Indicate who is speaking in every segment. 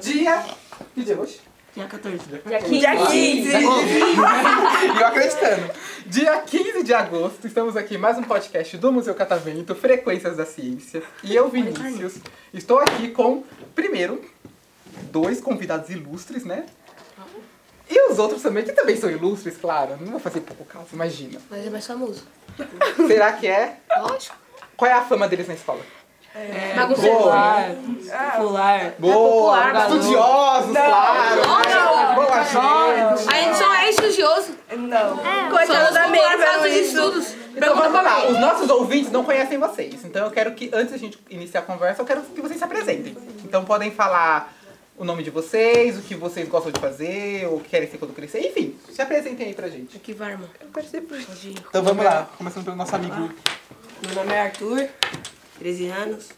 Speaker 1: Dia. Que dia é hoje?
Speaker 2: Dia 14.
Speaker 3: Dia 15.
Speaker 4: Dia 15.
Speaker 1: E eu acreditando. Dia 15 de agosto, estamos aqui em mais um podcast do Museu Catavento, Frequências da Ciência. E eu,
Speaker 4: tá
Speaker 1: Vinícius, estou aqui com, primeiro, dois convidados ilustres, né? E os outros também, que também são ilustres, claro. Não vou fazer pouco caso, imagina.
Speaker 4: Mas é mais famoso.
Speaker 1: Será que é?
Speaker 4: Lógico.
Speaker 1: Qual é a fama deles na escola?
Speaker 2: É,
Speaker 4: Bagunceiro.
Speaker 2: popular, Ah, popular.
Speaker 4: É
Speaker 1: Boa!
Speaker 2: popular,
Speaker 1: estudiosos, claro!
Speaker 4: né? Não.
Speaker 1: Boa gente!
Speaker 4: A gente só é estudioso.
Speaker 3: Não.
Speaker 4: Somos
Speaker 3: Coitada da
Speaker 4: popular
Speaker 3: May,
Speaker 4: por causa
Speaker 3: pelo
Speaker 4: de
Speaker 3: isso.
Speaker 4: estudos.
Speaker 1: Então vamos lá, os nossos ouvintes não conhecem vocês, então eu quero que, antes da gente iniciar a conversa, eu quero que vocês se apresentem. Então podem falar o nome de vocês, o que vocês gostam de fazer, o que querem ser quando crescer, enfim, se apresentem aí pra gente.
Speaker 4: Que varma.
Speaker 1: Então vamos lá, começando pelo nosso amigo.
Speaker 2: Ah. Meu nome é Arthur, 13 anos.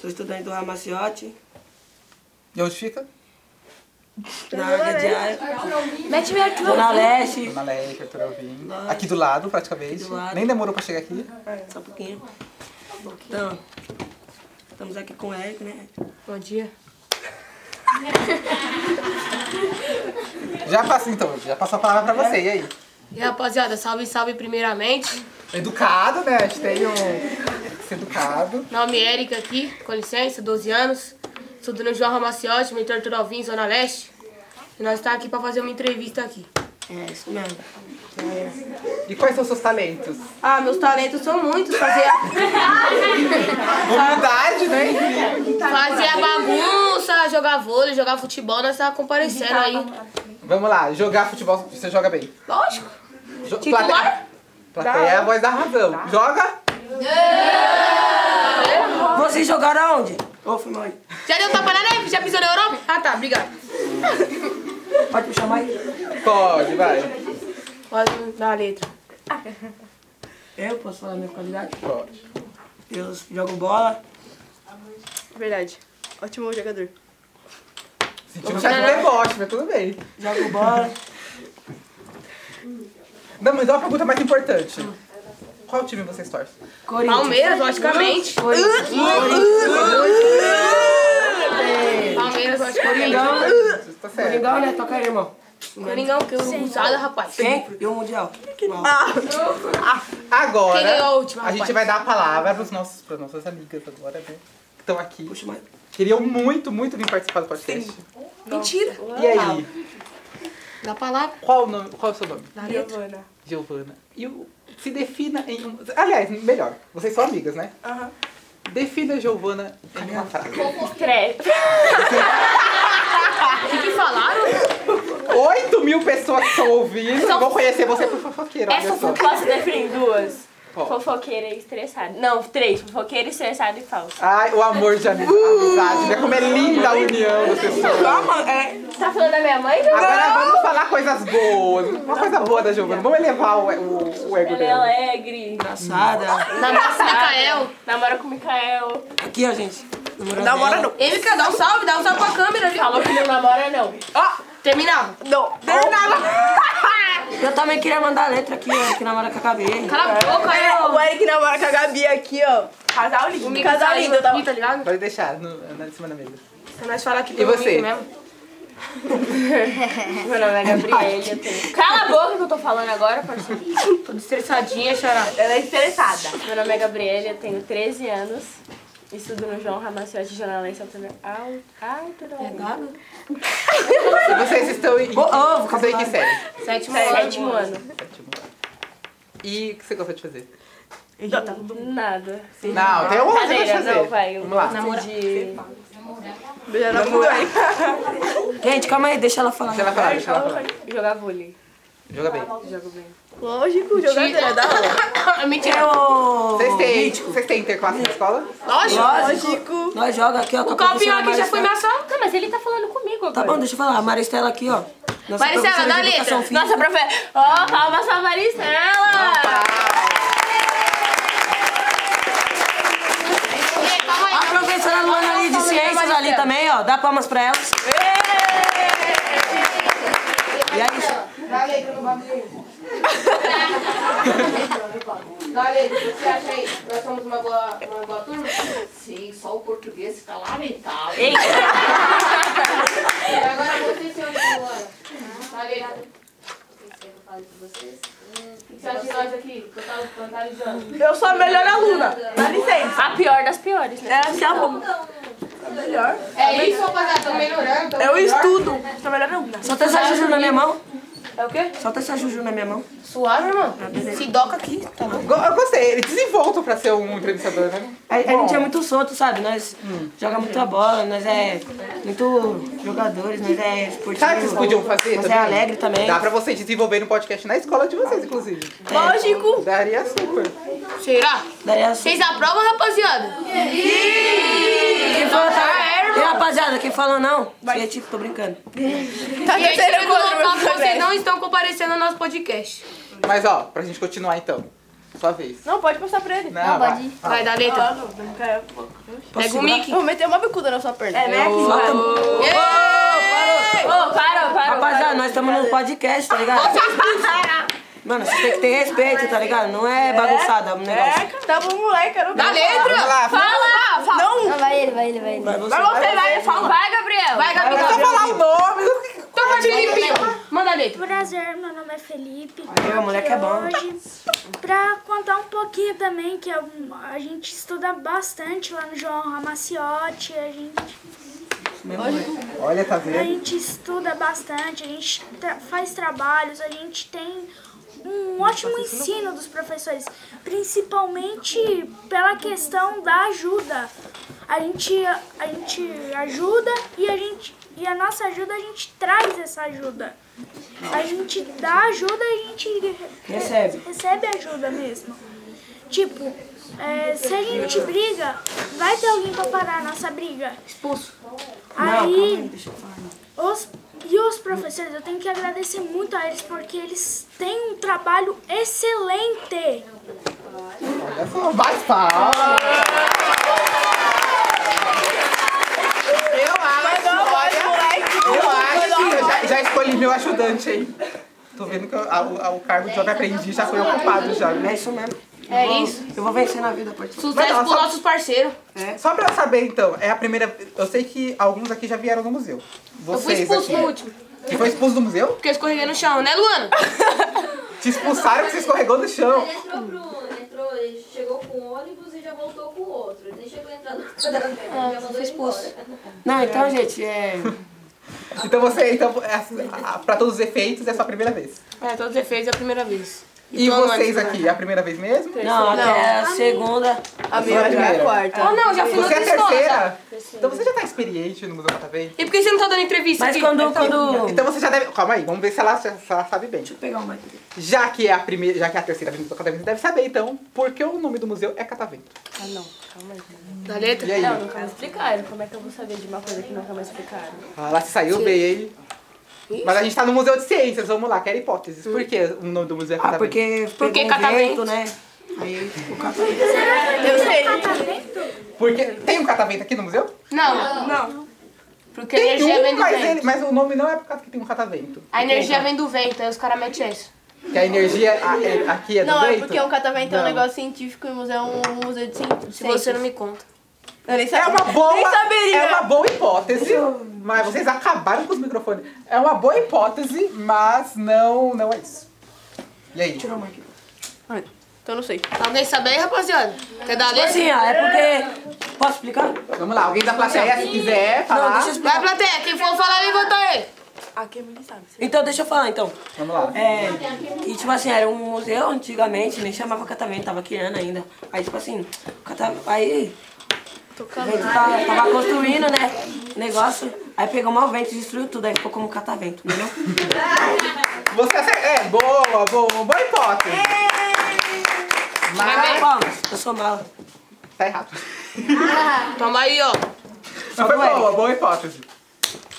Speaker 2: Sou estudante do Ramaciote,
Speaker 1: E onde fica?
Speaker 2: na Orga de Ar,
Speaker 4: Mete minha tua.
Speaker 2: Zona Leste.
Speaker 1: Dona Leia, Arthur Alvim. Aqui do lado, praticamente.
Speaker 2: Aqui do lado.
Speaker 1: Nem demorou pra chegar aqui.
Speaker 2: Só um pouquinho. Então, estamos aqui com o Eric, né?
Speaker 4: Bom dia.
Speaker 1: Já passa então, já passo a palavra
Speaker 2: É.
Speaker 1: pra você, e aí?
Speaker 4: E rapaziada, salve, salve primeiramente.
Speaker 1: Educado, né? A gente tem um... tem que ser educado.
Speaker 4: Nome é Érica aqui, com licença, 12 anos. Estudo no João Ramaciotti, mentor Turovim, Zona Leste. E nós estamos aqui para fazer uma entrevista aqui.
Speaker 2: É, isso mesmo.
Speaker 1: E quais são os seus talentos?
Speaker 2: Ah, meus talentos são muitos. Fazer a...
Speaker 1: Humildade, né?
Speaker 4: Fazer a bagunça, jogar vôlei, jogar futebol, nós tá comparecendo aí.
Speaker 1: Vamos lá, jogar futebol, você joga bem.
Speaker 4: Lógico.
Speaker 1: Jo-
Speaker 4: Titular? Tá.
Speaker 1: Plateia, plateia é a voz da razão. Joga?
Speaker 2: Vocês jogaram aonde? Ô, fui mal aí.
Speaker 4: Já deu tapa na neve? Já pisou na Europa? Ah tá, obrigado.
Speaker 2: Pode puxar mais?
Speaker 1: Pode, vai.
Speaker 4: Pode dar a um- letra.
Speaker 2: Eu posso falar minha qualidade?
Speaker 1: Pode.
Speaker 2: Eu jogo bola.
Speaker 3: Verdade. Ótimo jogador.
Speaker 1: Senti um certo deboche, mas tudo bem.
Speaker 2: Jogo bola.
Speaker 1: Não, mas é uma pergunta mais importante. Qual time vocês torcem?
Speaker 2: Corinthians.
Speaker 4: Palmeiras, logicamente.
Speaker 2: Corinthians.
Speaker 4: Palmeiras, logicamente.
Speaker 1: Tá certo.
Speaker 2: Legal, né? Toca aí, irmão.
Speaker 4: Coringão que eu usada, rapaz. Quem
Speaker 2: Quem? E o Mundial? Mal.
Speaker 1: Agora,
Speaker 4: ganhou a última,
Speaker 1: a gente
Speaker 4: rapaz?
Speaker 1: vai dar a palavra pros nossos, pras nossas amigas agora, né? Que estão aqui.
Speaker 2: Puxa mais.
Speaker 1: Queriam muito, muito vir participar do podcast.
Speaker 4: Mentira.
Speaker 1: E aí,
Speaker 4: Dá palavra,
Speaker 1: qual o, nome, qual é o seu nome?
Speaker 4: dá a letra.
Speaker 1: Giovana.
Speaker 3: Giovana.
Speaker 1: E o- se defina em um. Aliás, melhor, vocês são amigas, né?
Speaker 3: Aham.
Speaker 1: Defina a Giovana em uma frase.
Speaker 4: O que, que falaram?
Speaker 1: 8 mil pessoas que estão ouvindo
Speaker 5: São-
Speaker 1: vão conhecer você por fofoqueira.
Speaker 5: um Essa
Speaker 1: Olha só.
Speaker 5: posso definir em duas.
Speaker 1: Qual?
Speaker 5: Fofoqueira e estressada. Não, três. Fofoqueira, estressada e falsa.
Speaker 1: Ai, o amor de ami-
Speaker 5: Uh!
Speaker 1: amizade, né? Como é linda a união das pessoas.
Speaker 2: Calma, é.
Speaker 5: Tá falando da minha mãe?
Speaker 4: né?
Speaker 5: Não.
Speaker 1: Agora vamos falar coisas boas. Uma coisa boa da Giovana. Vamos elevar o, o, o ego
Speaker 5: Ela é
Speaker 1: dela.
Speaker 5: alegre.
Speaker 2: Engraçada.
Speaker 4: Namora com o Micael.
Speaker 5: Namora com o Mikael.
Speaker 2: Aqui, ó, gente.
Speaker 3: Dá uma hora não.
Speaker 4: MK, dá um salve, dá um salve pra câmera, viu?
Speaker 5: Falou que não namora, não.
Speaker 4: Terminava.
Speaker 3: Não. Bernardo.
Speaker 2: Eu também queria mandar a letra aqui, ó, que namora com a KB.
Speaker 4: Cala a boca,
Speaker 3: É,
Speaker 4: eu.
Speaker 3: o Eric namora com a Gabi aqui, ó. Casal lindo.
Speaker 4: Comigo
Speaker 3: Casal
Speaker 4: saiu
Speaker 3: lindo. Tá...
Speaker 4: aqui, tá ligado?
Speaker 1: Pode deixar no, na, em cima da mesa.
Speaker 4: Então nós falar aqui
Speaker 1: E você?
Speaker 4: mesmo.
Speaker 5: Meu nome é Gabriele. eu tenho- Cala a boca que eu tô falando agora, parceiro.
Speaker 4: Tô estressadinha, chorar.
Speaker 3: Ela é interessada.
Speaker 5: Meu nome é Gabriele, eu tenho 13 anos. Estudo no João Ramaciotti, jornalista alternativo. Ai, tudo bem.
Speaker 1: E vocês estão em.
Speaker 2: Ô, ô, vou
Speaker 1: vocês estão em que
Speaker 2: cancelar.
Speaker 1: série?
Speaker 4: Sétimo ano.
Speaker 5: Sétimo ano.
Speaker 1: E o que você gosta de fazer?
Speaker 5: Nada.
Speaker 1: Não, tem uma coisa que você
Speaker 5: Cadeira,
Speaker 1: gosta de fazer.
Speaker 5: não, vai.
Speaker 1: Vamos lá.
Speaker 5: De...
Speaker 3: Beijar na bunda.
Speaker 2: Gente, calma aí, deixa ela falar.
Speaker 1: Deixa ela falar, deixa ela falar.
Speaker 5: Jogar vôlei.
Speaker 1: Joga bem.
Speaker 5: Jogo bem.
Speaker 3: Lógico, jogadora da hora.
Speaker 4: Mentira.
Speaker 2: Eu...
Speaker 1: Vocês têm, vocês têm interclasse na escola?
Speaker 4: Lógico.
Speaker 2: Lógico. Nós joga aqui, ó. com a
Speaker 4: O
Speaker 2: professora
Speaker 4: campeão aqui já
Speaker 2: Maristela.
Speaker 4: foi minha ação.
Speaker 5: Não, mas ele tá falando comigo agora.
Speaker 2: Tá bom, deixa eu falar. A Maristela aqui, ó. Nossa
Speaker 4: Maristela,
Speaker 2: professora
Speaker 4: dá
Speaker 2: de
Speaker 4: a letra.
Speaker 2: educação física.
Speaker 5: Nossa, profe... Ó, palmas pra Maristela!
Speaker 4: Ei, calma aí.
Speaker 2: A professora Luana ali de ciências ali também, ó. Dá palmas pra ela. E é isso.
Speaker 6: Dá a letra no bagulho. Dá a letra, o que você acha aí? Nós somos uma boa, uma boa turma? Sim, só o português fica lamentável.
Speaker 5: Ei.
Speaker 6: Agora você, senhor Luana. Dá a letra. O que você acha de nós aqui? Total- Totalizando.
Speaker 3: Eu sou a melhor aluna. Dá licença.
Speaker 5: A pior das piores, né?
Speaker 3: É, se arruma. Melhor.
Speaker 6: É isso, rapaziada, estão melhorando. tão
Speaker 3: Eu
Speaker 6: melhor.
Speaker 3: estudo. Sou a melhor aluna.
Speaker 2: Solta essa juju na minha mão.
Speaker 5: É o quê?
Speaker 2: Solta essa juju na minha mão.
Speaker 4: Suave, irmão. Se doca aqui, tá bom.
Speaker 1: Go- Eu gostei, ele desenvolto pra ser um entrevistador, né?
Speaker 2: A, a gente é muito solto, sabe? Nós joga muita bola, nós é muito jogadores, nós é esportivo.
Speaker 1: Sabe o que vocês podiam fazer?
Speaker 2: Nós é
Speaker 1: também? Ah.
Speaker 2: alegre também.
Speaker 1: Dá pra vocês desenvolverem um podcast na escola de vocês, inclusive.
Speaker 3: Lógico.
Speaker 1: Daria super.
Speaker 4: Será?
Speaker 2: Daria su-
Speaker 4: Vocês aprovam, rapaziada?
Speaker 2: Quem falou tá? E rapaziada, quem falou não, é tipo, tô brincando.
Speaker 3: Tá
Speaker 4: E a gente
Speaker 3: terceiro
Speaker 4: vai colocar
Speaker 3: encontro,
Speaker 4: que
Speaker 3: meu
Speaker 4: vocês
Speaker 3: não...
Speaker 4: não estão comparecendo ao nosso podcast.
Speaker 1: Mas ó, pra gente continuar então. Sua vez.
Speaker 3: não, pode passar pra ele.
Speaker 1: Não, vai.
Speaker 4: Vai, dar letra.
Speaker 3: Ah, não, não quer. Eu
Speaker 4: Pega o mic.
Speaker 3: vou meter uma bicuda na sua perna. É,
Speaker 2: Ô, parou.
Speaker 5: Ô, parou, parou.
Speaker 2: Rapaziada, nós estamos num podcast, tá ligado? Mano, você tem que ter respeito, tá ligado? Não é bagunçada o negócio.
Speaker 3: É, tá bom, moleque, eu não
Speaker 4: Dá
Speaker 3: quero
Speaker 4: letra.
Speaker 1: Vamos lá,
Speaker 4: Fala.
Speaker 3: falar. Não,
Speaker 7: Vai ele, vai ele, vai ele.
Speaker 2: Mas você
Speaker 3: vai você, vai, fala.
Speaker 5: Vai, Gabriel.
Speaker 4: Vai, Gabi.
Speaker 1: Só falar o nome do que.
Speaker 4: Então, Felipe. Manda a letra.
Speaker 7: Prazer, meu nome é Felipe.
Speaker 2: Aí, ó, moleque é bom.
Speaker 7: Hoje, pra contar um pouquinho também, que eu- a gente estuda bastante lá no João Ramaciotti, a gente,
Speaker 1: Olha, tá
Speaker 7: a
Speaker 1: vendo?
Speaker 7: gente estuda bastante, a gente tra- faz trabalhos, a gente tem um ótimo ensino dos professores, principalmente pela questão da ajuda. A gente, a gente ajuda e a gente e a nossa ajuda a gente traz essa ajuda. A gente dá ajuda e a gente re-
Speaker 2: Recebe.
Speaker 7: recebe ajuda mesmo. Tipo, é, se a gente briga, vai ter alguém para parar a nossa briga.
Speaker 4: Expulso.
Speaker 7: Aí, os, e os professores, eu tenho que agradecer muito a eles porque eles têm um trabalho excelente.
Speaker 1: É só mais palmas. Eu acho, olha. Eu acho que eu já, já escolhi meu ajudante aí. Tô vendo que eu- a- o- a- o cargo de jovem aprendiz já foi ocupado já, né?
Speaker 2: É isso mesmo.
Speaker 4: É isso.
Speaker 2: Eu vou vencer na vida, parceiro.
Speaker 1: Vai lá,
Speaker 4: Sucesso pros
Speaker 1: só-
Speaker 4: nossos parceiros.
Speaker 1: Só pra eu saber, então, é a primeira. Eu sei que alguns aqui já vieram no museu.
Speaker 4: Eu fui
Speaker 1: Vocês
Speaker 4: expulso
Speaker 1: aqui.
Speaker 4: no último.
Speaker 1: Você foi expulso do museu?
Speaker 4: Porque eu escorreguei no chão, né, Luana?
Speaker 1: Te expulsaram porque você escorregou no chão.
Speaker 8: Ele entrou pro. Ele entrou, ele chegou com um ônibus e já voltou com o outro. Ele nem chegou a entrar no quadradão dele, ele já mandou ele embora.
Speaker 2: Não, então, gente, é.
Speaker 1: Então você, então, é- a- pra todos os efeitos, é a sua primeira vez.
Speaker 4: É, todos os efeitos é a primeira vez.
Speaker 1: E
Speaker 4: todo
Speaker 1: vocês
Speaker 4: ano.
Speaker 1: aqui, é a primeira vez mesmo?
Speaker 2: Não, até a segunda.
Speaker 3: A minha já é a
Speaker 1: primeira.
Speaker 3: quarta.
Speaker 4: Ah, não, já fui
Speaker 1: Você é
Speaker 4: outra
Speaker 1: a
Speaker 4: escola. já.
Speaker 1: terceira? Então você já tá experiente no Museu Catavento?
Speaker 4: E por que você não tá dando entrevista
Speaker 2: Mas
Speaker 4: aqui?
Speaker 2: quando. quando...
Speaker 1: Então você já deve. Calma aí, vamos ver se ela, se ela sabe bem.
Speaker 2: Vou pegar uma.
Speaker 1: Já que é a primeira, já que é a terceira vez do Museu Catavento, você deve saber então por que o nome do museu é Catavento.
Speaker 4: Da letra?
Speaker 1: E aí?
Speaker 5: Não, nunca me explicaram. Como é que eu vou saber de uma coisa que nunca me explicaram?
Speaker 3: Ah,
Speaker 1: Ela se saiu bem aí. Mas a gente tá no Museu de Ciências, vamos lá, que era hipóteses. Por
Speaker 3: Hum.
Speaker 1: que o nome do museu é
Speaker 2: Ah,
Speaker 1: Catavento?
Speaker 2: porque.
Speaker 4: Por que
Speaker 2: pegou um
Speaker 4: catavento?
Speaker 2: vento, né? Aí o catavento.
Speaker 3: Eu sei.
Speaker 1: Porque tem um catavento aqui no museu?
Speaker 4: Não. Não. Porque a
Speaker 1: Tem
Speaker 4: energia vem
Speaker 1: um,
Speaker 4: do
Speaker 1: mas,
Speaker 4: vento.
Speaker 1: ele, mas o nome não é por causa que tem um catavento.
Speaker 4: A energia vem do vento, aí os caras metem essa.
Speaker 1: Que a energia a- é- aqui é do
Speaker 3: Não, é
Speaker 1: vento?
Speaker 3: porque um catavento é um
Speaker 1: Não.
Speaker 3: negócio científico e o museu é um museu de ciência.
Speaker 4: Se você não me conta.
Speaker 3: Eu nem
Speaker 1: É
Speaker 3: sabia.
Speaker 1: uma boa,
Speaker 3: Nem saberia.
Speaker 1: é uma boa hipótese, mas vocês acabaram com os microfones. É uma boa hipótese, mas não, não é isso. E aí?
Speaker 3: Ai, Então eu não sei.
Speaker 4: Tá Alguém sabe aí, rapaziada? Quer dar a letra?
Speaker 2: Assim, ó, é porque. Posso explicar?
Speaker 1: Vamos lá, alguém da plateia, se quiser falar.
Speaker 2: Não, deixa eu explicar.
Speaker 4: Vai, plateia. Quem for falar, levanta aí.
Speaker 3: Aqui é muito sabe.
Speaker 2: Então, deixa eu falar então.
Speaker 1: Vamos lá.
Speaker 2: É, e tipo assim, era um museu antigamente, nem chamava catavento, tava criando ainda. Aí tipo assim, o cata- aí o vento tava, tava construindo, né? o Negócio. Aí pegou mal vento, destruiu tudo, aí ficou como catavento, entendeu?
Speaker 1: Você acertou. É, boa, boa, boa hipótese.
Speaker 2: É.
Speaker 1: Mas
Speaker 2: Palmas, eu sou mala.
Speaker 1: tá errado.
Speaker 4: Toma aí, ó.
Speaker 1: Mas foi boa, boa hipótese.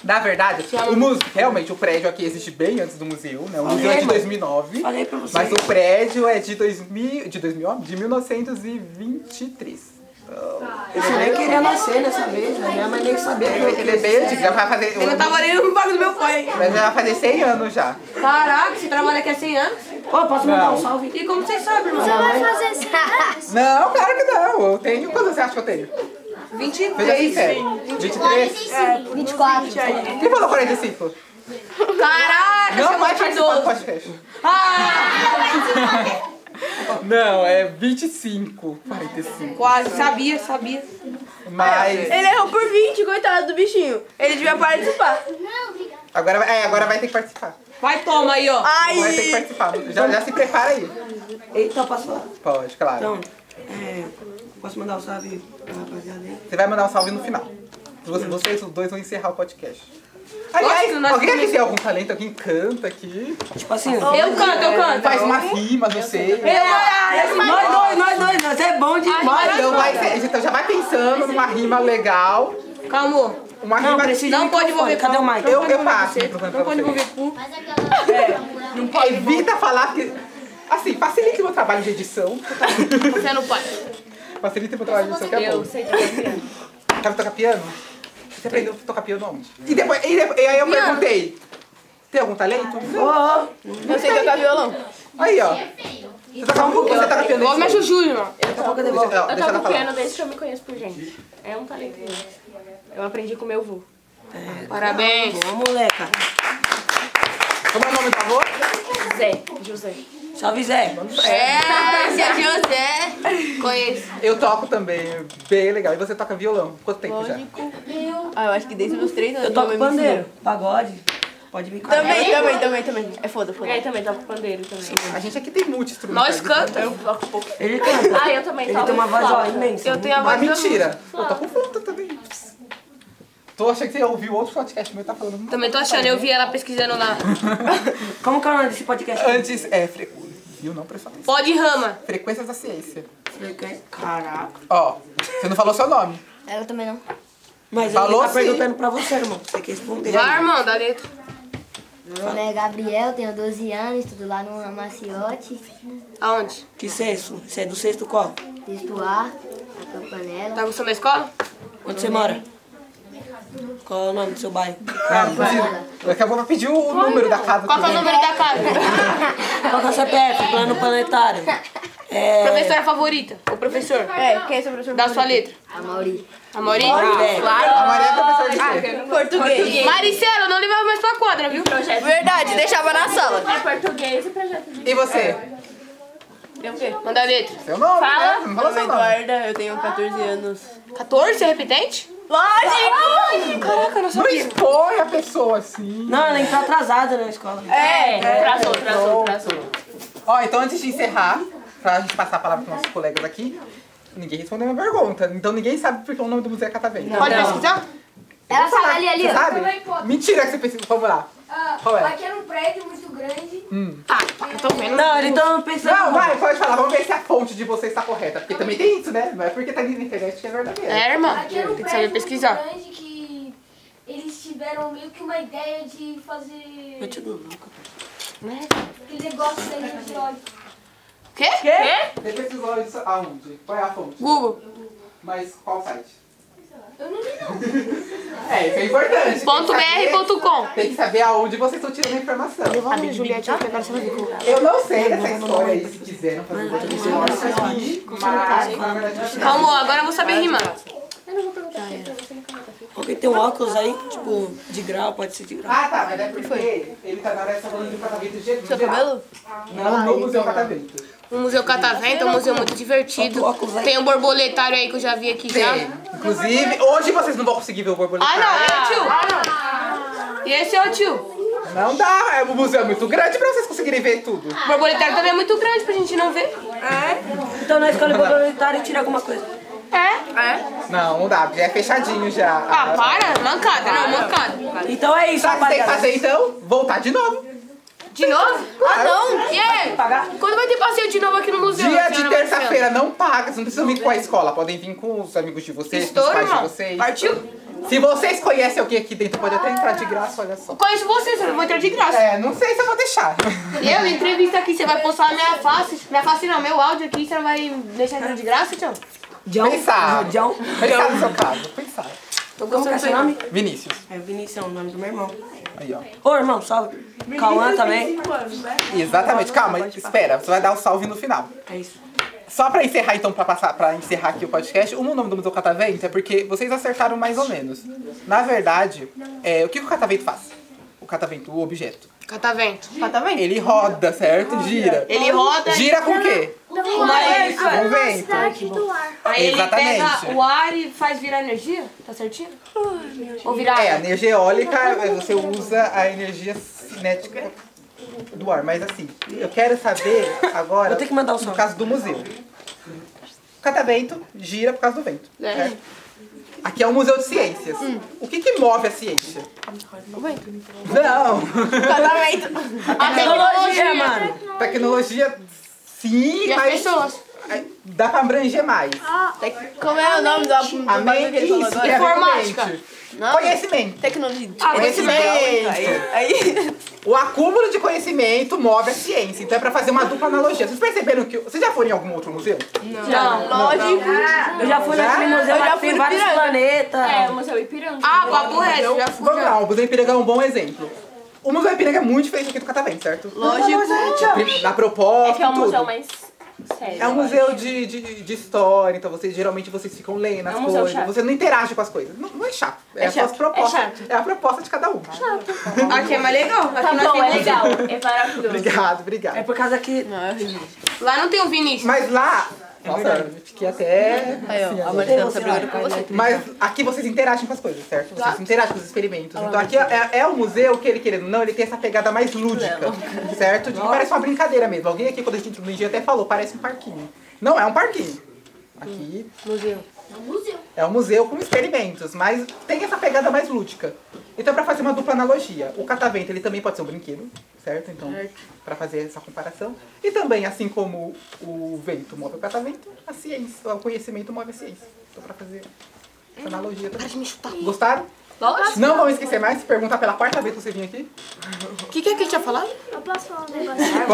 Speaker 1: Na verdade, o museu, realmente o prédio aqui existe bem antes do museu, né? O museu é de 2009,
Speaker 2: Falei pra você.
Speaker 1: mas o prédio é de 2000, de 2000, ó, de 1923.
Speaker 2: Eu nem queria nascer nessa vez, né? Minha mãe nem sabia que eu
Speaker 1: Ele é bem antigo, já vai fazer.
Speaker 2: tá
Speaker 4: Eu tava olhando no bagulho do meu pai.
Speaker 1: Mas já vai fazer 100 anos já.
Speaker 4: Caraca, você trabalha aqui há 100 anos?
Speaker 2: Ô, posso mandar um salve?
Speaker 4: E como vocês sabem, irmão?
Speaker 7: Vai fazer assim.
Speaker 1: Não, claro que não. Eu tenho. Quantos você acha que eu tenho?
Speaker 4: 23.
Speaker 1: Seja sincero. 23?
Speaker 9: 24.
Speaker 1: Quem falou 45?
Speaker 4: Caraca,
Speaker 1: Não
Speaker 4: você
Speaker 1: vai
Speaker 4: é mais
Speaker 1: participar do
Speaker 4: idoso.
Speaker 1: podcast.
Speaker 4: Ah,
Speaker 1: Não, é 25. 45.
Speaker 4: quase, sabia, sabia.
Speaker 1: Mas.
Speaker 3: Ele errou por 20, coitado do bichinho. Ele devia participar.
Speaker 1: Agora, vai- é, agora vai ter que participar.
Speaker 4: Vai, toma aí, ó.
Speaker 1: Vai ter que
Speaker 3: Ai!
Speaker 1: participar. Já, já se prepara aí.
Speaker 2: Eita, eu posso falar?
Speaker 1: Pode,
Speaker 2: Então,
Speaker 1: claro.
Speaker 2: é, posso mandar um salve pra rapaziada aí?
Speaker 1: Você vai mandar um salve no final. Você- Vocês os dois vão encerrar o podcast.
Speaker 4: Nossa,
Speaker 1: Aliás,
Speaker 4: nós
Speaker 1: alguém aqui
Speaker 4: também-
Speaker 1: tem algum talento? Alguém canta aqui?
Speaker 2: Tipo assim,
Speaker 4: Eu canto, eu canto.
Speaker 1: Faz uma rima, não sei.
Speaker 2: nós dois, nós dois, nós é bom demais.
Speaker 1: Então, vai- então já vai pensando numa rima legal.
Speaker 4: Calma.
Speaker 1: Uma
Speaker 2: Não,
Speaker 1: rima.
Speaker 2: preciso
Speaker 4: Não pode envolver
Speaker 2: Cadê o
Speaker 4: cu.
Speaker 2: Mike?
Speaker 1: Eu,
Speaker 4: pode
Speaker 1: eu
Speaker 4: envolver
Speaker 1: passo.
Speaker 4: você.
Speaker 1: o microfone pra
Speaker 4: Não pode
Speaker 1: você.
Speaker 4: envolver cu.
Speaker 9: Mas aquela.
Speaker 1: Evita falar que. Assim, facilita o meu trabalho de edição.
Speaker 4: Você não pode.
Speaker 1: Facilita o meu trabalho de edição, que é bom.
Speaker 5: Eu sei tocar piano.
Speaker 1: Sabe tocar piano? Você aprendeu a tocar piano onde? E, depois, e, depois- e aí eu perguntei: tem algum talento? Não.
Speaker 3: Eu sei tocar violão.
Speaker 1: Aí, ó. Você toca um pouco, você toca piano.
Speaker 4: Igual minha
Speaker 1: Deixa,
Speaker 4: Juju, irmão.
Speaker 1: deixa, ó,
Speaker 5: Eu
Speaker 1: deixa ela
Speaker 5: toco
Speaker 1: falar.
Speaker 5: piano desde que eu me conheço por gente. É um talento meu. Eu aprendi com meu avô.
Speaker 4: Parabéns.
Speaker 2: Ô, moleca.
Speaker 1: Como é o nome do avô?
Speaker 5: Zé, José.
Speaker 2: Salve, Zé.
Speaker 4: É, esse é José. Conheço.
Speaker 1: Eu toco também, bem legal. E você toca violão? Quanto tempo já?
Speaker 3: Ah, eu acho que desde meus três anos.
Speaker 2: Eu toco
Speaker 3: minha mãe me ensinou.
Speaker 2: pandeiro, pagode. Pode vir com a
Speaker 3: Também, também, também, também. É foda,
Speaker 5: E
Speaker 3: foda.
Speaker 5: aí também toco pandeiro também.
Speaker 1: A gente aqui tem muito instrumento.
Speaker 4: Nós cantamos.
Speaker 2: Ele canta.
Speaker 5: Ah, eu também
Speaker 2: Ele tem uma voz ó, imensa.
Speaker 4: Eu tenho a
Speaker 1: Ah,
Speaker 4: voz do...
Speaker 1: mentira. Eu toco flauta também. Tô achando que você ouviu outro podcast meu, tá falando.
Speaker 4: Também tô achando, eu vi ela pesquisando lá.
Speaker 2: Como que é o nome desse podcast?
Speaker 1: Antes, é, fre... viu? Não prestou atenção.
Speaker 4: Pode rama.
Speaker 1: Frequências da ciência.
Speaker 2: é? Caraca.
Speaker 1: Ó, você não falou seu nome.
Speaker 9: Ela também não.
Speaker 2: Mas
Speaker 1: Falou sim.
Speaker 2: ele tá perguntando pra você, irmão. Você quer responder.
Speaker 4: Vai, irmão, dá dentro.
Speaker 9: Meu nome é Gabriel, tenho 12 anos, estudo lá no Ramaciote,
Speaker 4: Aonde?
Speaker 2: Que sexto? Você é do sexto qual?
Speaker 9: texto A, a campanela.
Speaker 4: Tá gostando da escola?
Speaker 2: Onde você mora? Qual é o nome do seu bairro?
Speaker 1: Ah, você- daqui a pouco vai pedir o número da casa.
Speaker 4: Qual que é o
Speaker 1: também.
Speaker 4: número da casa?
Speaker 2: Qual que é o CPF? Plano planetário. É.
Speaker 4: Professora favorita? O professor?
Speaker 3: É, quem é seu professor?
Speaker 4: Dá sua letra.
Speaker 9: A Mauri.
Speaker 4: A Ah, Maurinho?
Speaker 2: Claro.
Speaker 1: A Maria é professora de
Speaker 4: Ah,
Speaker 1: quê?
Speaker 3: Português.
Speaker 4: Maricela, não levava mais pra quadra, viu?
Speaker 3: Verdade, deixava na sala.
Speaker 5: É português e projeto de...
Speaker 1: E você?
Speaker 4: É. Manda a letra. então.
Speaker 1: Seu nome,
Speaker 5: Fala.
Speaker 1: né? Você Não
Speaker 3: Meu
Speaker 1: falou
Speaker 3: nome é
Speaker 1: seu nome.
Speaker 3: Eduarda, eu tenho 14 anos.
Speaker 4: 14, é repetente?
Speaker 3: Lógico!
Speaker 4: Caraca, eu não
Speaker 1: Não
Speaker 4: sabia.
Speaker 1: expõe a pessoa assim.
Speaker 2: Não, ela entrou atrasada na escola.
Speaker 3: É,
Speaker 5: Traçou, traçou, traçou.
Speaker 1: Ó, então antes de encerrar, pra gente passar a palavra pros nossos colegas aqui, ninguém respondeu a minha pergunta. Então ninguém sabe porque o nome do museu é Catavento.
Speaker 4: Pode pesquisar?
Speaker 9: Ela fala ali, ali,
Speaker 1: Você
Speaker 9: ó.
Speaker 1: sabe? Mentira que você pensa. Vamos lá. Qual é?
Speaker 8: Aqui era um prédio muito grande.
Speaker 4: Tá, eu tô vendo.
Speaker 2: Não, ele tá pensando.
Speaker 1: Não, vai, pode falar. Vamos ver se a fonte de vocês está correta. Porque também tem isso, né? Não é porque tá ali na internet que é verdadeiro.
Speaker 4: É, irmão,
Speaker 8: Aqui era um
Speaker 4: tem que
Speaker 8: prédio
Speaker 4: saber
Speaker 8: muito
Speaker 4: pesquisar.
Speaker 8: grande que eles tiveram meio que uma ideia de fazer
Speaker 2: Eu te dou louca.
Speaker 8: aquele negócio da energia eólica.
Speaker 4: Quê? Quê?
Speaker 1: Você pesquisou isso aonde? Qual é a fonte?
Speaker 4: Google.
Speaker 1: Mas qual site?
Speaker 8: Eu não li não.
Speaker 1: É, isso é importante.
Speaker 4: Ponto
Speaker 1: Tem que saber-
Speaker 4: br.com.
Speaker 1: Tem que saber aonde vocês estão tirando a informação.
Speaker 4: Sabe, Juliette, eu vou pegar seu bico.
Speaker 1: Eu não sei dessa história aí, se quiseram fazer um pouco de história aqui, mas na verdade eu sei.
Speaker 4: Calma, agora eu vou saber rimar.
Speaker 2: Alguém tem um óculos aí, tipo, de grau, pode ser de grau.
Speaker 1: Ah, tá, mas é porque ele tá na hora dessa falando do catavento de
Speaker 3: Seu cabelo?
Speaker 1: Não, no Museu Catavento.
Speaker 4: O Museu Catavento é um museu muito divertido. Tem um borboletário aí que eu já vi aqui já.
Speaker 1: Tem. Inclusive, hoje vocês não vão conseguir ver o borboletário.
Speaker 4: Ah, não, é o tio. E esse é o tio.
Speaker 1: Não dá, é, o museu é muito grande pra vocês conseguirem ver tudo.
Speaker 4: O borboletário também é muito grande pra gente não ver.
Speaker 2: Então na escola borboletária tira alguma coisa.
Speaker 4: É? É.
Speaker 1: Não, não dá, já é fechadinho já.
Speaker 4: Ah, para. Mancada, não, mancada.
Speaker 2: Então é isso,
Speaker 1: Sabe o que tem que
Speaker 2: rapaziada.
Speaker 1: fazer então? Voltar de novo.
Speaker 4: De novo? Ah, não. E aí? Quando vai ter passeio de novo aqui no museu?
Speaker 1: Dia de
Speaker 4: senhora Marcela?
Speaker 1: terça-feira, não paga, vocês não precisam vir com a escola. Podem vir com os amigos de vocês, com os
Speaker 4: Estouro,
Speaker 1: pais de
Speaker 4: irmão.
Speaker 1: vocês.
Speaker 4: Partiu?
Speaker 1: Se vocês conhecem alguém aqui dentro, pode até entrar de graça, olha só.
Speaker 4: Eu conheço você, você não vai entrar de graça.
Speaker 1: É, não sei se eu vou deixar.
Speaker 4: Eu, entrevista aqui, você vai postar a minha face. Minha face não, meu áudio aqui, você não vai deixar entrar de graça, tio?
Speaker 2: John?
Speaker 1: Pensar.
Speaker 2: John?
Speaker 1: Pensar no seu caso, pensar.
Speaker 2: Tô Como que é seu nome?
Speaker 1: Vinícius.
Speaker 2: É Vinícius, é o nome do meu irmão.
Speaker 1: Aí, ó.
Speaker 2: Ô, irmão, salve. Cauã também.
Speaker 1: Exatamente. Calma, espera. Você vai dar o salve no final.
Speaker 2: É isso.
Speaker 1: Só pra encerrar, então, pra, passar, pra encerrar aqui o podcast, o nome do Museu Catavento é porque vocês acertaram mais ou menos. Na verdade, é, o que que o catavento faz? O catavento, o objeto.
Speaker 4: Catavento.
Speaker 1: Ele roda, certo? Gira.
Speaker 4: Ele roda e-
Speaker 1: Gira com o quê?
Speaker 7: Então,
Speaker 4: Mas-
Speaker 7: a
Speaker 1: Com o vento.
Speaker 7: velocidade do ar.
Speaker 4: Aí ele pega
Speaker 1: Exatamente.
Speaker 4: o ar e faz virar energia? Tá certinho? Ou virar
Speaker 1: É, a
Speaker 4: água?
Speaker 1: energia eólica, é, você usa a energia cinética do ar. Mas assim, eu quero saber agora,
Speaker 2: Vou ter que mandar o som.
Speaker 1: no caso do museu. O catavento gira por causa do vento. certo? Aqui é um museu de ciências. O que, que move a ciência? O vento. Não!
Speaker 4: A tecnologia, mano.
Speaker 1: Tecnologia, sim,
Speaker 4: E as
Speaker 1: mas
Speaker 4: pessoas.
Speaker 1: dá pra abranger mais.
Speaker 3: Como é o nome do álbum?
Speaker 1: A mente, isso,
Speaker 3: é
Speaker 1: tem a ver com
Speaker 4: Informática.
Speaker 1: mente. Conhecimento.
Speaker 3: Tecnologia.
Speaker 1: Conhecimento. O acúmulo de conhecimento move a ciência. Então é pra fazer uma dupla analogia. Vocês perceberam que. Vocês já foram em algum outro museu?
Speaker 4: Não.
Speaker 2: Eu já fui naquele museu, lá que tem vários planetas.
Speaker 5: É, o Museu Ipiranga.
Speaker 4: Ah, papo reto. Já fui.
Speaker 1: Vamos lá, o Museu Ipiranga é um bom exemplo. O Museu Ipiranga é muito diferente aqui do Catavento, certo? Lógico. Na proposta.
Speaker 5: É que é um
Speaker 1: tudo.
Speaker 5: museu mais sério.
Speaker 1: É um
Speaker 5: eu
Speaker 1: museu
Speaker 5: acho.
Speaker 1: de, de, de história, então vocês geralmente vocês ficam lendo as
Speaker 5: É um museu
Speaker 1: coisas,
Speaker 5: chato.
Speaker 1: você não interage com as coisas. Não, não é chato. É, as suas propostas.
Speaker 5: é chato.
Speaker 1: é a proposta de cada um.
Speaker 4: Aqui é mais legal. Aqui
Speaker 5: Tá
Speaker 4: nós
Speaker 5: bom,
Speaker 4: tem
Speaker 5: é legal. É maravilhoso.
Speaker 1: Obrigado, obrigado.
Speaker 2: É por causa que.
Speaker 4: Lá não tem o Vinícius.
Speaker 1: Mas lá.
Speaker 5: É
Speaker 1: Nossa, eu fiquei até. assim, agora. Mas aqui vocês interagem com as coisas, certo? Vocês interagem com os experimentos. Então aqui é, é o museu que ele querendo ou não, ele tem essa pegada mais lúdica, certo? De que parece uma brincadeira mesmo. Alguém aqui, quando a gente no dia até falou, parece um parquinho. Não é um parquinho. Aqui é um museu com experimentos, mas tem essa pegada mais lúdica. Então, pra fazer uma dupla analogia, o catavento ele também pode ser um brinquedo, certo? Então, pra fazer essa comparação. E também, assim como o vento move o catavento, a ciência, o conhecimento move a ciência. Então, pra fazer essa analogia também. Gostaram?
Speaker 4: Lógico.
Speaker 1: Não vão esquecer mais, se perguntar pela quarta vez que você vir aqui.
Speaker 4: O que, que é que a gente tinha falado?
Speaker 7: Eu posso falar um negócio?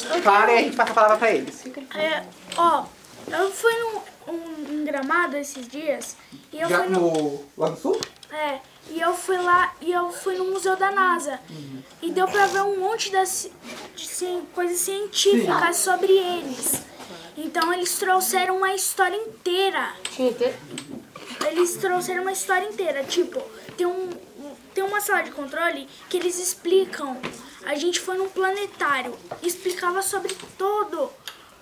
Speaker 1: Pode. Claro, e a gente passa a palavra pra eles.
Speaker 7: É, ó, eu fui num, um, em Gramado esses dias e eu
Speaker 1: Já
Speaker 7: fui no,
Speaker 1: no lá no sul?
Speaker 7: é, e eu fui lá e eu fui no museu da NASA e deu pra ver um monte das ci- de ci- coisas científicas sobre eles. Então eles trouxeram uma história inteira.
Speaker 4: Tinha que ter.
Speaker 7: Eles trouxeram uma história inteira. Tipo, tem, um, um- tem uma sala de controle que eles explicam. A gente foi num planetário e explicava sobre todo,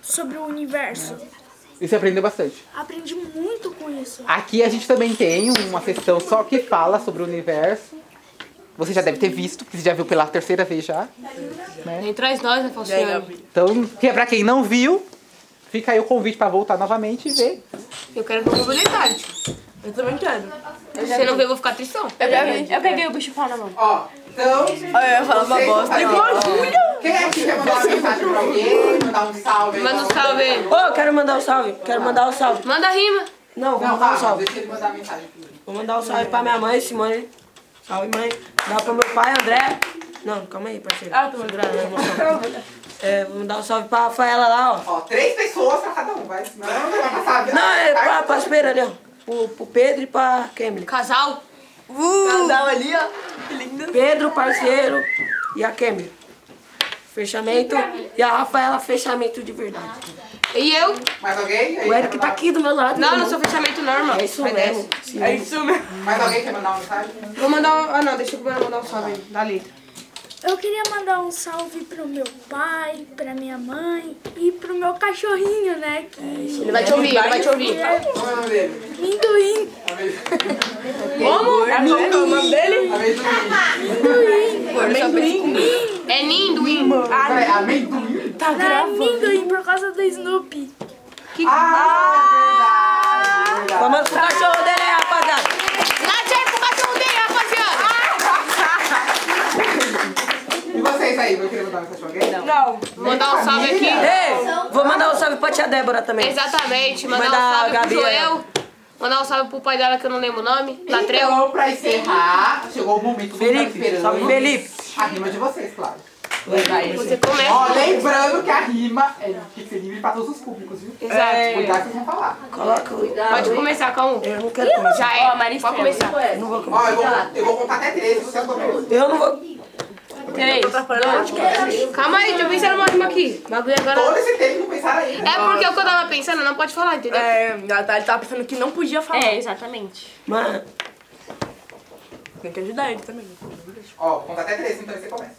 Speaker 7: sobre o universo.
Speaker 1: E você aprendeu bastante.
Speaker 7: Aprendi muito com isso.
Speaker 1: Aqui a gente também tem uma sessão só que fala sobre o universo. Você já deve ter visto, porque você já viu pela terceira vez já.
Speaker 4: Nem traz nós, né, Falciane?
Speaker 1: Então, que- pra quem não viu, fica aí o convite pra voltar novamente e ver.
Speaker 4: Eu quero ver o mobilitário. Eu também quero. Se você não ver, eu vou ficar tristão.
Speaker 5: Eu peguei, eu peguei o bicho pau na mão.
Speaker 1: Ó, então.
Speaker 3: Olha, eu ia falar Ah, é, uma bosta.
Speaker 1: Quem é que quer mandar uma mensagem pra alguém? Mandar um salve?
Speaker 4: Manda um salve aí.
Speaker 2: Ô, eu quero mandar um salve. Quero mandar um salve.
Speaker 4: Manda rima.
Speaker 2: Não, vou mandar um salve.
Speaker 1: deixa ele mandar uma mensagem.
Speaker 2: Vou mandar um salve pra minha mãe, Simone. Salve, mãe. Dá pra meu pai, André. Não, calma aí, parceiro. Ah, tô segurando a emoção. É, vou mandar um salve pra Rafaela lá, ó.
Speaker 1: Ó, três pessoas pra cada um, vai. Senão não vai passar Tá? a vida.
Speaker 2: Não, é pra, pra espera ali, ó. Pro, pro Pedro e pra Kemily.
Speaker 4: Casal.
Speaker 2: Pedro, parceiro, e a Kemily. Fechamento. E a Rafaela, fechamento de verdade.
Speaker 4: E eu?
Speaker 1: Mais alguém? Aí,
Speaker 2: O Eric tá aqui do meu lado.
Speaker 4: Não, não sou fechamento não, irmão.
Speaker 2: É isso mesmo.
Speaker 4: É isso mesmo.
Speaker 1: Mais alguém quer mandar uma mensagem?
Speaker 4: Vou mandar um... Ah, não. Deixa eu mandar um salve aí. Da letra.
Speaker 7: Eu queria mandar um salve pro meu pai, pra minha mãe e pro meu cachorrinho, né? Que
Speaker 4: Ele vai te ouvir, ele vai te ouvir.
Speaker 7: é
Speaker 1: Qual é o nome dele?
Speaker 7: Minduim.
Speaker 4: Como?
Speaker 1: Amendoim.
Speaker 4: É ninduim.
Speaker 1: Vai, Amendoim?
Speaker 7: Não, é Minduim por causa do Snoopy.
Speaker 1: Ah, é verdade.
Speaker 2: Vamos pro cachorro dele aí, rapaziada.
Speaker 4: Late aí pro cachorro dele, rapaziada.
Speaker 1: E vocês aí, vão querer mandar uma mensagem pra alguém? Não.
Speaker 4: Vou mandar um salve aqui.
Speaker 2: Ei, vou mandar um salve pra tia Débora também.
Speaker 4: Exatamente. Mandar
Speaker 2: Mandar a
Speaker 4: um salve
Speaker 2: Gabi,
Speaker 4: pro Joel. Mandar um salve pro pai dela, que eu não lembro o nome. Latreu.
Speaker 1: Então, pra encerrar, chegou o momento que eu tava
Speaker 2: Felipe,
Speaker 1: esperando.
Speaker 2: salve Felipe.
Speaker 1: A rima de vocês, claro.
Speaker 4: Você começa.
Speaker 1: Ó, lembrando que a rima é, tem que ser livre pra todos os públicos, viu? É, tipo,
Speaker 4: Exato.
Speaker 1: Cuidado que vocês vão falar.
Speaker 2: Coloca o.
Speaker 4: Pode começar, calma.
Speaker 2: Eu não quero começar.
Speaker 4: Já é. Pode começar.
Speaker 2: Não vou começar.
Speaker 1: Ó, eu vou, eu vou contar até três, você é o começo.
Speaker 2: Eu não vou.
Speaker 4: Três, dois. Calma aí, deixa eu pensar numa rima aqui. Bagulho agora.
Speaker 1: Todo esse tempo não pensaram ainda.
Speaker 4: É porque o que eu tava pensando não pode falar, entendeu?
Speaker 3: É, ele tava pensando que não podia falar.
Speaker 5: É, exatamente.
Speaker 2: Mano,
Speaker 3: Tem que ajudar ele também.
Speaker 1: Ó, vou contar até três, então aí você começa.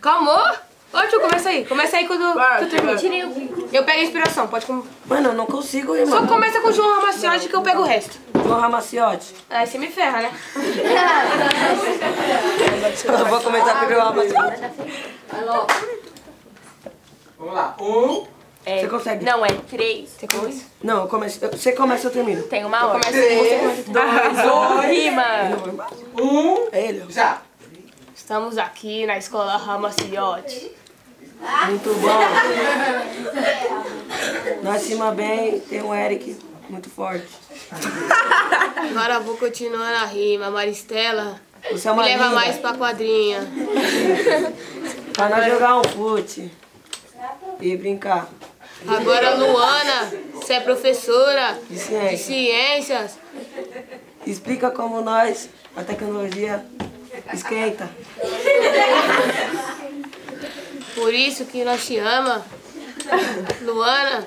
Speaker 4: Calma! Ô, tio, começa aí. Começa aí quando
Speaker 3: Vai,
Speaker 4: tu termina.
Speaker 5: Tirei o bico.
Speaker 4: Eu pego a inspiração, pode com...
Speaker 2: mano, eu não consigo ir,
Speaker 4: Só
Speaker 2: mano.
Speaker 4: começa com o João Ramaciotti que eu pego o resto.
Speaker 2: João Ramaciotti.
Speaker 5: É,
Speaker 4: Aí você me ferra, né?
Speaker 2: Eu vou começar com o João Ramaciotti.
Speaker 1: Vamos lá. Um,
Speaker 5: É,
Speaker 2: Você consegue?
Speaker 5: Não, é três.
Speaker 4: Você começa?
Speaker 2: Não, eu começo. eu- Você começa, eu termino.
Speaker 5: Tem uma hora.
Speaker 1: três, dois,
Speaker 5: Rima.
Speaker 1: um.
Speaker 2: É ele. ó.
Speaker 1: Já.
Speaker 4: Estamos aqui na escola Ramaciotti.
Speaker 2: Muito bom. Nós cima bem, tem o Eric, muito forte.
Speaker 4: Agora eu vou continuar a rima. Maristela,
Speaker 2: Você é
Speaker 4: me
Speaker 2: uma
Speaker 4: leva
Speaker 2: linda.
Speaker 4: mais pra quadrinha.
Speaker 2: Pra nós jogar um fute. E brincar.
Speaker 4: Agora Luana, você é professora
Speaker 2: De
Speaker 4: de
Speaker 2: ciência.
Speaker 4: ciências.
Speaker 2: Explica como nós, a tecnologia, esquenta.
Speaker 4: Por isso que nós te ama. Luana,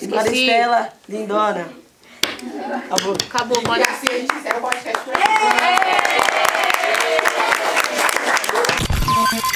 Speaker 2: E
Speaker 4: esqueci.
Speaker 2: Maristela, lindona. A boca.
Speaker 4: Acabou, pode
Speaker 1: E assim a gente encerra o podcast.